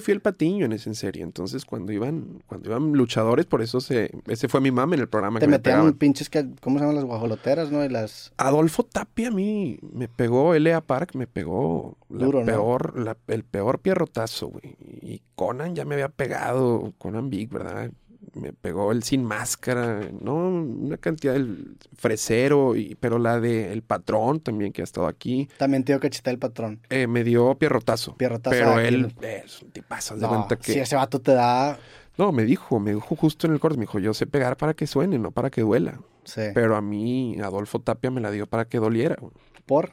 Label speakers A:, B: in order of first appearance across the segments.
A: fui el patiño en ese en serio. Entonces, cuando iban, cuando iban luchadores, por eso se, ese fue mi mame en el programa.
B: Te
A: que me
B: metían
A: pegaban.
B: pinches que, ¿cómo se llaman las guajoloteras, no? Y las.
A: Adolfo Tapia a mí me pegó, L.A. Park me pegó la
B: Duro, ¿no?
A: peor, la- el peor pierrotazo, güey. Y Conan ya me había pegado, Conan Big, ¿verdad? Me pegó el sin máscara, no, una cantidad del fresero, y, pero la de el patrón también que ha estado aquí,
B: También te dio cachita el patrón.
A: eh, me dio pierrotazo.
B: Pierrotazo
A: Pero
B: de
A: él,
B: Aquiles.
A: eh, es un tipazo, haz de
B: No,
A: cuenta que...
B: si ese vato te da.
A: No, me dijo, me dijo justo en el corte, me dijo, yo sé pegar para que suene, no para que duela.
B: Sí.
A: Pero a mí Adolfo Tapia me la dio para que doliera. güey.
B: Por.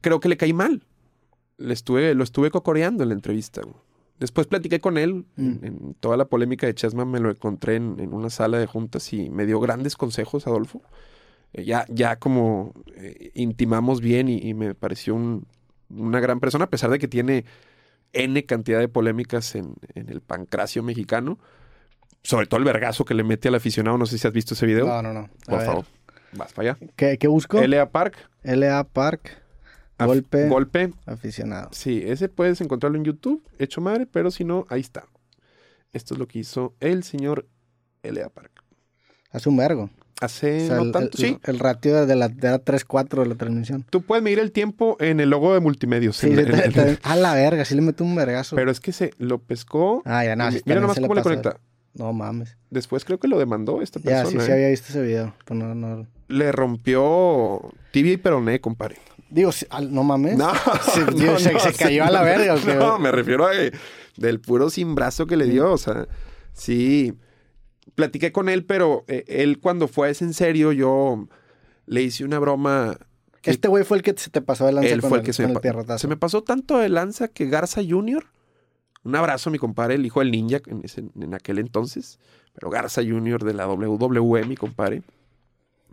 A: Creo que le caí mal. Le estuve, lo estuve cocoreando en la entrevista. güey. Después platiqué con él en,
B: Mm.
A: en toda la polémica de Chesma, me lo encontré en, en una sala de juntas y me dio grandes consejos, Adolfo. Eh, ya, ya como eh, intimamos bien y, y me pareció un- una gran persona, a pesar de que tiene N cantidad de polémicas en, en el pancracio mexicano. Sobre todo el vergazo que le mete al aficionado. No sé si has visto ese video.
B: No, no, no. Ah, A
A: Por
B: ver,
A: favor, vas para allá.
B: ¿Qué, qué busco?
A: L.A. Park.
B: LA Park.
A: af-
B: Golpe.
A: Golpe.
B: Aficionado.
A: Sí, ese puedes encontrarlo en YouTube, hecho madre, pero si no, ahí está. Esto es lo que hizo el señor L.A. Park.
B: Hace un vergo.
A: Hace
B: O sea,
A: no
B: el,
A: tanto.
B: el-
A: sí,
B: el ratio de la, de la 3-4 de la transmisión.
A: tú puedes medir el tiempo en el logo de multimedios.
B: Sí,
A: en- en-
B: te-
A: en-
B: te- a la verga, sí le meto un vergazo.
A: pero es que se lo pescó.
B: ah, ya no, sí,
A: mira
B: también
A: nomás
B: se le
A: cómo le
B: pasó.
A: conecta.
B: No mames.
A: Después creo que lo demandó esta
B: Ya,
A: persona.
B: sí, sí
A: ¿eh?
B: había visto ese video. Pues no, no.
A: Le rompió tibia y peroné, compadre.
B: Digo, sí, al- no mames.
A: No,
B: Se, digo,
A: no,
B: se,
A: no,
B: se
A: sí,
B: cayó a la
A: no,
B: verga. ¿o qué?
A: No, me refiero a que del puro sin brazo que le dio. O sea, sí. Platiqué con él, pero eh, él cuando fue a ese en serio, yo le hice una broma. que
B: Este güey fue el que se te pasó de lanza
A: él
B: con
A: fue el que se
B: con
A: me,
B: el
A: pa-
B: pierrotazo.
A: se me pasó tanto de lanza que Garza Jr., un abrazo a mi compadre, el hijo del ninja en, ese- en aquel entonces, pero Garza Jr. de la WWE, mi compadre,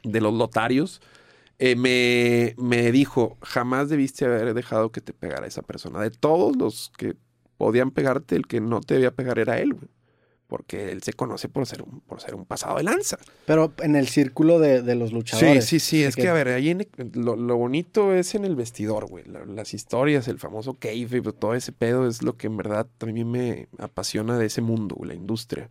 A: de los lotarios, eh, me, me dijo, jamás debiste haber dejado que te pegara esa persona. De todos los que podían pegarte, el que no te debía pegar era él, güey. Porque él se conoce por ser un, por ser un pasado de lanza.
B: Pero en el círculo de, de los
A: Sí,
B: luchadores.
A: sí, sí.
B: Así
A: Es que, a ver, ahí en- lo, lo bonito es en el vestidor, güey. la- las historias, el famoso cave, pero todo ese pedo es lo que en verdad también me apasiona de ese mundo, güey, la industria.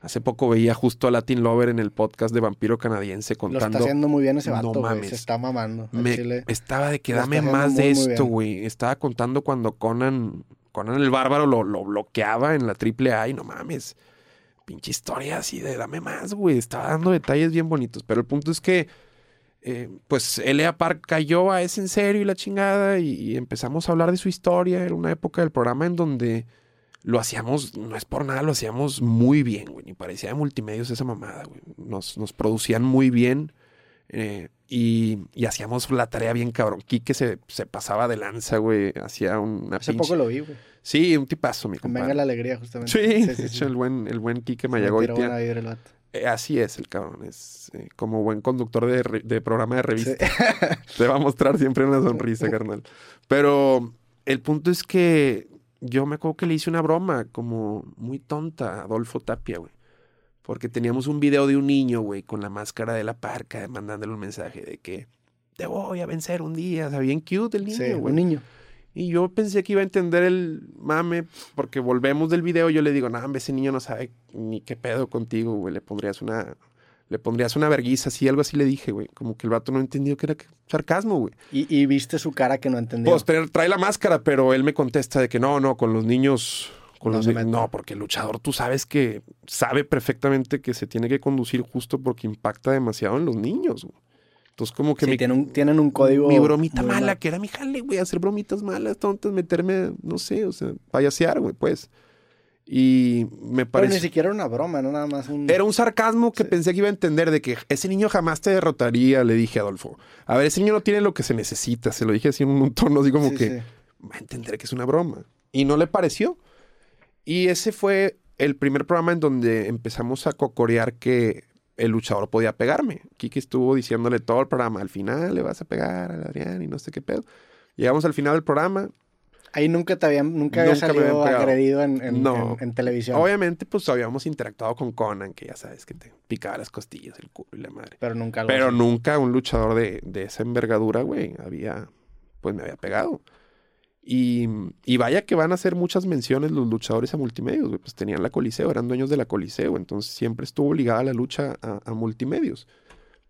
A: Hace poco veía justo a Latin Lover en el podcast de Vampiro Canadiense
B: Lo está
A: contando.
B: haciendo muy bien ese
A: No
B: vato, güey.
A: mames.
B: Se está mamando. al
A: Me-
B: chile.
A: estaba de que
B: lo
A: dame
B: está haciendo
A: más de
B: muy, muy
A: esto,
B: bien.
A: güey. Estaba contando cuando Conan, Conan el Bárbaro lo, lo bloqueaba en la AAA y no mames. Pinche historia así de dame más, güey. Estaba dando detalles bien bonitos. Pero el punto es que, eh, pues, L.A. Park cayó a ese en serio y la chingada. Y, y empezamos a hablar de su historia. Era una época del programa en donde lo hacíamos, no es por nada, lo hacíamos muy bien, güey. Ni parecía de multimedios esa mamada, güey. Nos, nos producían muy bien. Eh, y, y hacíamos la tarea bien cabrón. Quique se, se pasaba de lanza, güey. Hacía una
B: Hace
A: pinche-
B: poco lo vi, güey.
A: Sí, un tipazo, mi compadre.
B: Venga la alegría, justamente.
A: Sí, de hecho, el buen, el buen Quique Mayagoitia.
B: Me tiró buena vibra el vato.
A: Eh, así es el cabrón. Es eh, como buen conductor de, re- de programa de
B: Sí.
A: revista. Te va a mostrar siempre una sonrisa, carnal. Pero el punto es que yo me acuerdo que le hice una broma como muy tonta a Adolfo Tapia, güey. Porque teníamos un video de un niño, güey, con la máscara de la parca, mandándole un mensaje de que te voy a vencer un día. O sea, bien cute el niño,
B: Sí,
A: güey.
B: un niño.
A: Y yo pensé que iba a entender el mame, porque volvemos del video, yo le digo, no, hombre, ese niño no sabe ni qué pedo contigo, güey, le pondrías una, le pondrías una verguiza, así, algo así le dije, güey, como que el vato no entendió que era que- sarcasmo, güey.
B: Y, y viste su cara que no entendió.
A: Pues trae, trae la máscara, pero él me contesta de que no, no, con los niños, con
B: No
A: los
B: se
A: ni-
B: mete.
A: no, porque el luchador tú sabes que sabe perfectamente que se tiene que conducir justo porque impacta demasiado en los niños, güey. Entonces como que
B: Sí,
A: mi-
B: tienen, un, tienen un código.
A: mi bromita
B: muy
A: mala,
B: mal.
A: que era mi jale, güey, hacer bromitas malas, tontas, meterme, no sé, o sea, payasear, güey, pues. Y me
B: Pero ni
A: parece.
B: siquiera era una broma, no nada más un.
A: Era un sarcasmo que
B: Sí.
A: pensé que iba a entender de que ese niño jamás te derrotaría, le dije a Adolfo. A ver, ese niño no tiene lo que se necesita, se lo dije así en un tono así como
B: Sí,
A: que
B: sí.
A: va a entender que es una broma. Y no le pareció. Y ese fue el primer programa en donde empezamos a cocorear que el luchador podía pegarme. Kiki estuvo diciéndole todo el programa, al final le vas a pegar al Adrián y no sé qué pedo. Llegamos al final del programa.
B: Ahí nunca te habían, nunca había
A: Nunca me habían
B: salido
A: pegado.
B: agredido en, en-
A: No.
B: en- en televisión.
A: Obviamente, pues habíamos interactuado con Conan, que ya sabes que te picaba las costillas, el culo y la madre.
B: Pero nunca lo
A: Pero nunca un luchador de, de esa envergadura, güey, había, pues me había pegado. Y, y vaya que van a hacer muchas menciones los luchadores a multimedios, güey. Pues tenían la Coliseo, eran dueños de la Coliseo, entonces siempre estuvo ligada la lucha a, a multimedios.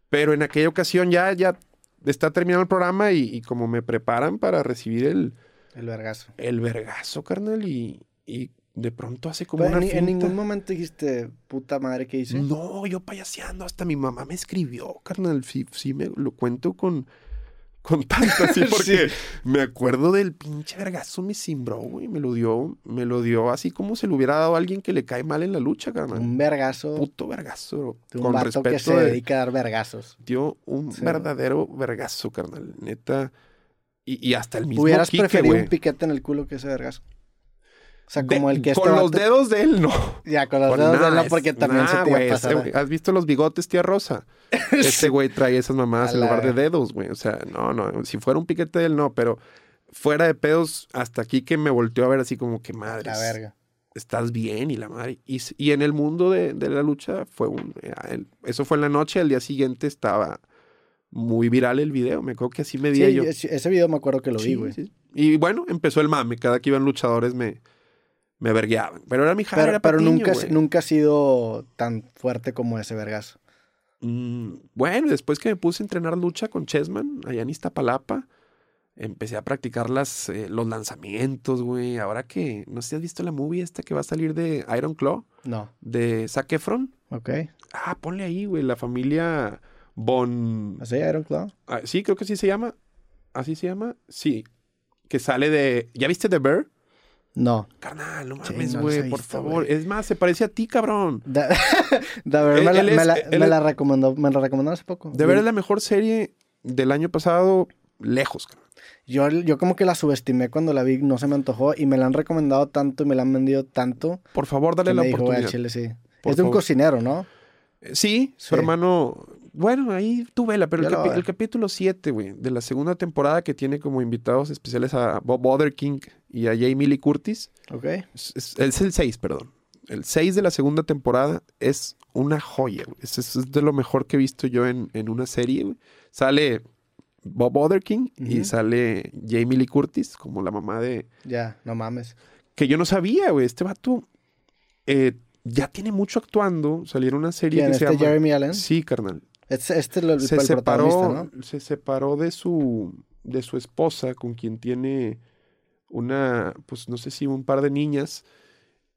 A: Pero en aquella ocasión ya, ya está terminado el programa y, y como me preparan para recibir el,
B: El vergazo.
A: el vergazo, carnal, y, y de pronto hace como
B: Pero
A: una
B: en, Pues, en
A: finta.
B: ningún momento dijiste, puta madre, ¿qué hice?
A: No, yo payaseando, hasta mi mamá me escribió, carnal. Sí, sí me lo cuento con, con tanta, sí, porque me acuerdo del pinche vergazo me cimbró, güey. Me lo dio, me lo dio así como se lo hubiera dado a alguien que le cae mal en la lucha, carnal.
B: Un vergazo
A: Puto vergazo, bro.
B: de un
A: Con
B: vato
A: respeto,
B: que se
A: de-
B: dedica a dar vergazos.
A: dio un
B: Sí.
A: verdadero vergazo, carnal. Neta. Y, y hasta el mismo
B: ¿Hubieras
A: Quique,
B: preferido
A: güey.
B: un piquete en el culo que ese vergazo? O sea,
A: De-
B: como el que este
A: Con los
B: vato-
A: dedos de él, no.
B: Ya, con los
A: Pues
B: dedos
A: nada,
B: de la
A: es-
B: porque también
A: nada,
B: se te iba
A: güey,
B: a
A: ese
B: pasar.
A: güey- ¿Has visto los bigotes, tía Rosa? Este güey trae esas mamadas
B: A
A: en
B: la
A: lugar de
B: verga.
A: dedos, güey. O sea, no, no. Si fuera un piquete de él, no. Pero fuera de pedos, hasta aquí que me volteó a ver así como que madre.
B: La verga.
A: Estás bien y la madre. Y, s- y en el mundo de, de la lucha fue un... eh, el- eso fue en la noche. Al día siguiente estaba muy viral el video. Me acuerdo que así me di
B: Sí,
A: yo.
B: es- ese video me acuerdo que lo vi,
A: Sí,
B: güey.
A: sí. Y bueno, empezó el mame. Cada que iban luchadores me... Me vergueaban. Pero era mi jale,
B: Pero,
A: era
B: pero
A: patiño,
B: nunca,
A: güey.
B: nunca ha sido tan fuerte como ese vergazo.
A: Mm, bueno, después que me puse a entrenar lucha con Chessman allá en Iztapalapa, empecé a practicar las, eh, los lanzamientos, güey. Ahora que, no sé si has visto la movie esta que va a salir de Iron Claw,
B: No.
A: de Zac Efron.
B: Ok.
A: Ah, ponle ahí, güey, la familia Bon...
B: ¿Así Iron Claw?
A: ah, sí, creo que así se llama. ¿Así se llama? Sí. Que sale de... ¿Ya viste The Bear?
B: No.
A: Carnal, no
B: Sí,
A: mames,
B: no los
A: güey,
B: he
A: por
B: visto,
A: favor.
B: güey.
A: Es más, se parece a ti, cabrón.
B: Da, Da Bear
A: Él-
B: me, la,
A: él es- e,
B: me la-
A: él
B: me
A: es-
B: la recomendó, me la recomendó hace poco.
A: The Bear es la mejor serie del año pasado, lejos, cabrón.
B: Yo, yo como que la subestimé cuando la vi, no se me antojó y me la han recomendado tanto y me la han vendido tanto
A: Por favor, dale
B: que
A: la
B: me dijo, güey,
A: oportunidad.
B: al chile sí.
A: Por
B: es de un
A: favor.
B: cocinero, ¿no?
A: Eh, Sí, su
B: Sí.
A: hermano. Bueno, ahí tú vela, pero el,
B: Yo la
A: capi-
B: voy a ver.
A: el capítulo 7, güey, de la segunda temporada que tiene como invitados especiales a Bob Otherking y a Jamie Lee Curtis.
B: Ok.
A: Es, es- es el 6, perdón. El 6 de la segunda temporada es una joya, güey. Es, es- es de lo mejor que he visto yo en, en una serie, güey. Sale Bob Otherking y
B: Ujú.
A: sale Jamie Lee Curtis como la mamá de,
B: Ya, no mames.
A: que yo no sabía, güey. Este vato eh, ya tiene mucho actuando. Salieron una serie
B: ¿Quién?
A: que se
B: ¿Este
A: llama.
B: Jeremy Allen?
A: Sí, carnal.
B: Este, este es el,
A: Se
B: el protagonista,
A: separó,
B: ¿no?
A: se separó de su de su esposa, con quien tiene una, pues no sé si un par de niñas.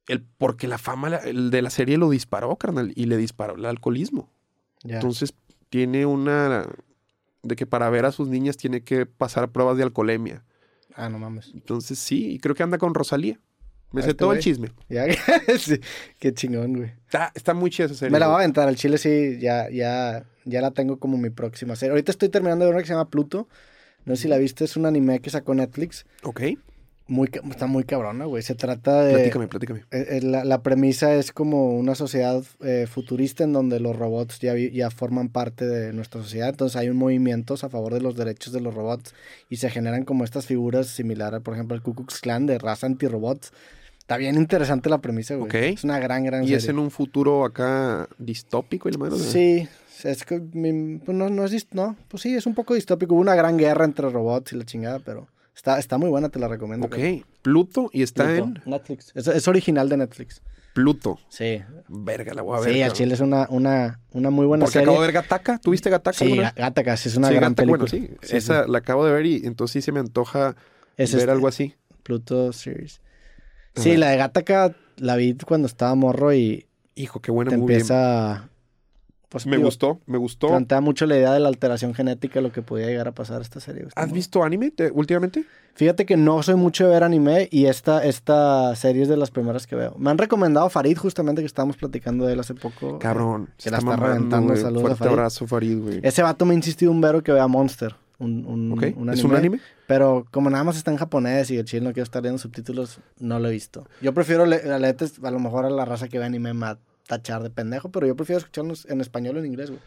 A: El, porque la fama la- el de la serie lo disparó, carnal, y le disparó el alcoholismo.
B: Ya.
A: Entonces tiene una de que para ver a sus niñas tiene que pasar pruebas de alcoholemia.
B: Ah, no mames.
A: Entonces sí, y creo que anda con Rosalía. Me
B: Ah,
A: sé
B: este
A: todo el
B: güey.
A: chisme.
B: Ya, sí. Qué chingón, güey.
A: Está, está muy chida esa serie.
B: Me la voy a
A: güey.
B: aventar. Al chile sí, ya, ya, ya la tengo como mi próxima serie. Ahorita estoy terminando de ver una que se llama Pluto. No sé si la viste, es un anime que sacó Netflix.
A: Ok.
B: Muy, ca- está muy cabrona, güey. Se trata de...
A: Platícame, platícame.
B: eh, eh, La, la premisa es como una sociedad eh, futurista en donde los robots ya, vi- ya forman parte de nuestra sociedad. Entonces hay un movimiento a favor de los derechos de los robots y se generan como estas figuras similares, por ejemplo, el Ku Klux Klan de raza antirobots. Está bien interesante la premisa, güey.
A: Ok.
B: Es una gran, gran
A: Y
B: serie.
A: es en un futuro acá distópico y la madre.
B: Sí, es que mi- pues no, no es dist- no, pues sí, es un poco distópico. Hubo una gran guerra entre robots y la chingada, pero está, está muy buena, te la recomiendo.
A: Ok.
B: creo.
A: Pluto y está
B: Pluto,
A: en
B: Netflix. Es, es original de Netflix.
A: Pluto.
B: Sí.
A: Verga, la voy a ver.
B: sí, al
A: cabrón.
B: Chile es una, una, una muy buena
A: Porque
B: serie.
A: acabo de ver Gataca. ¿Tuviste Gataca?
B: Sí,
A: alguna vez?
B: Gattaca, sí, es una
A: Sí,
B: gran
A: Gattaca,
B: película.
A: bueno, sí.
B: Sí,
A: Esa la acabo de ver y entonces sí se me antoja
B: Es
A: ver
B: este,
A: algo así.
B: Pluto Series.
A: A
B: Sí,
A: ver.
B: la de Gattaca la vi cuando estaba morro y
A: Hijo, qué buena
B: te
A: muy bien.
B: empieza... Pues,
A: Me
B: digo,
A: gustó, me gustó.
B: Plantea mucho la idea de la alteración genética, lo que podía llegar a pasar a esta serie. güey. Está
A: ¿Has
B: muy-
A: visto anime te- últimamente?
B: Fíjate que no soy mucho de ver anime y esta, esta serie es de las primeras que veo. Me han recomendado Farid, justamente que estábamos platicando de él hace poco.
A: Cabrón.
B: que la está reventando,
A: güey.
B: saludos a
A: Fuerte
B: Farid.
A: abrazo, Farid, güey.
B: Ese vato me ha insistido un vero que vea Monster. Un, un-
A: Ok,
B: un
A: ¿Es un anime?
B: Pero como nada más está en japonés y el chile no quiero estar leyendo subtítulos, no lo he visto. Yo prefiero, le- la neta es- a lo mejor a la raza que ve anime me va a tachar de pendejo, pero yo prefiero escucharlos en español o en inglés, güey.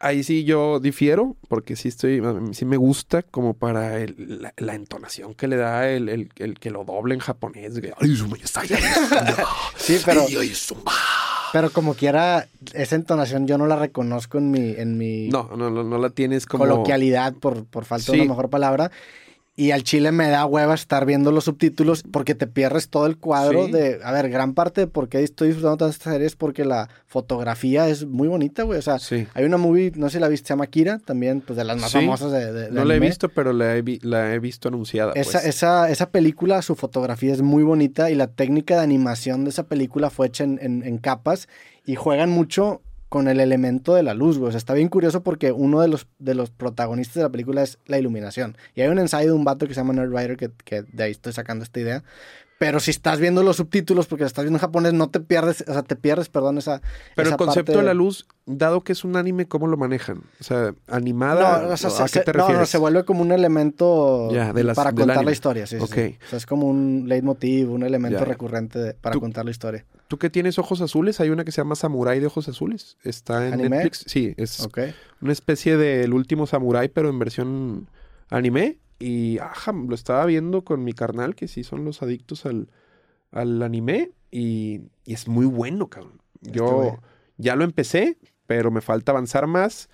A: Ahí sí yo difiero, porque sí estoy, sí me gusta como para el- la, la entonación que le da el, el- el que lo doble en japonés. que, "Ay, su majestad, ya es-
B: Sí, pero,
A: ay, ay, su ma-".
B: pero como quiera, esa entonación yo no la reconozco en mi... En mi
A: No, no, no, no la tienes como...
B: coloquialidad por, por falta de
A: Sí.
B: una mejor palabra. Y al chile me da hueva estar viendo los subtítulos porque te pierdes todo el cuadro
A: Sí.
B: de... A ver, gran parte de por qué estoy disfrutando tanto esta serie es porque la fotografía es muy bonita, güey. O sea,
A: Sí.
B: hay una movie, no sé si la viste, se llama Kira, también, pues de las más
A: Sí.
B: famosas de, de- de
A: No la he
B: anime.
A: visto, pero la he, vi- la he visto anunciada.
B: Esa,
A: pues.
B: esa, esa película, su fotografía es muy bonita y la técnica de animación de esa película fue hecha en, en- en capas y juegan mucho con el elemento de la luz, güey. O sea, está bien curioso porque uno de los, de los protagonistas de la película es la iluminación. Y hay un ensayo de un vato que se llama Nerdwriter, que, que de ahí estoy sacando esta idea. Pero si estás viendo los subtítulos, porque estás viendo en japonés, no te pierdes, o sea, te pierdes, perdón, esa.
A: Pero
B: esa
A: el concepto
B: parte-
A: de la luz, dado que es un anime, ¿cómo lo manejan? O sea, animada.
B: No, o sea,
A: ¿A
B: se-
A: qué
B: se-
A: te
B: no, no,
A: refieres?
B: se vuelve como un elemento
A: Ya, de las-
B: para
A: del
B: contar la
A: anime.
B: historia. Sí, sí, sí.
A: Ok.
B: O sea, es como un leitmotiv, un elemento
A: Ya.
B: recurrente de- para
A: Tú-
B: contar la historia.
A: Tú que tienes ojos azules, hay una que se llama Samurai de ojos azules. Está en
B: ¿Anime?
A: Netflix. Sí, es
B: Ok.
A: una especie de El último Samurai, pero en versión anime. Y ajá, lo estaba viendo con mi carnal, que sí son los adictos al, al anime. Y, y es muy bueno, cabrón.
B: Este
A: Yo
B: güey.
A: ya lo empecé, pero me falta avanzar más.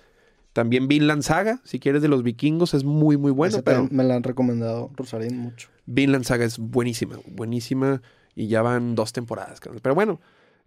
A: También Vinland Saga, si quieres, de los vikingos, es muy, muy bueno.
B: Ese
A: pero...
B: también me la han recomendado Rosarín mucho.
A: Vinland Saga es buenísima, buenísima. Y ya van dos temporadas. cabrón. Pero bueno,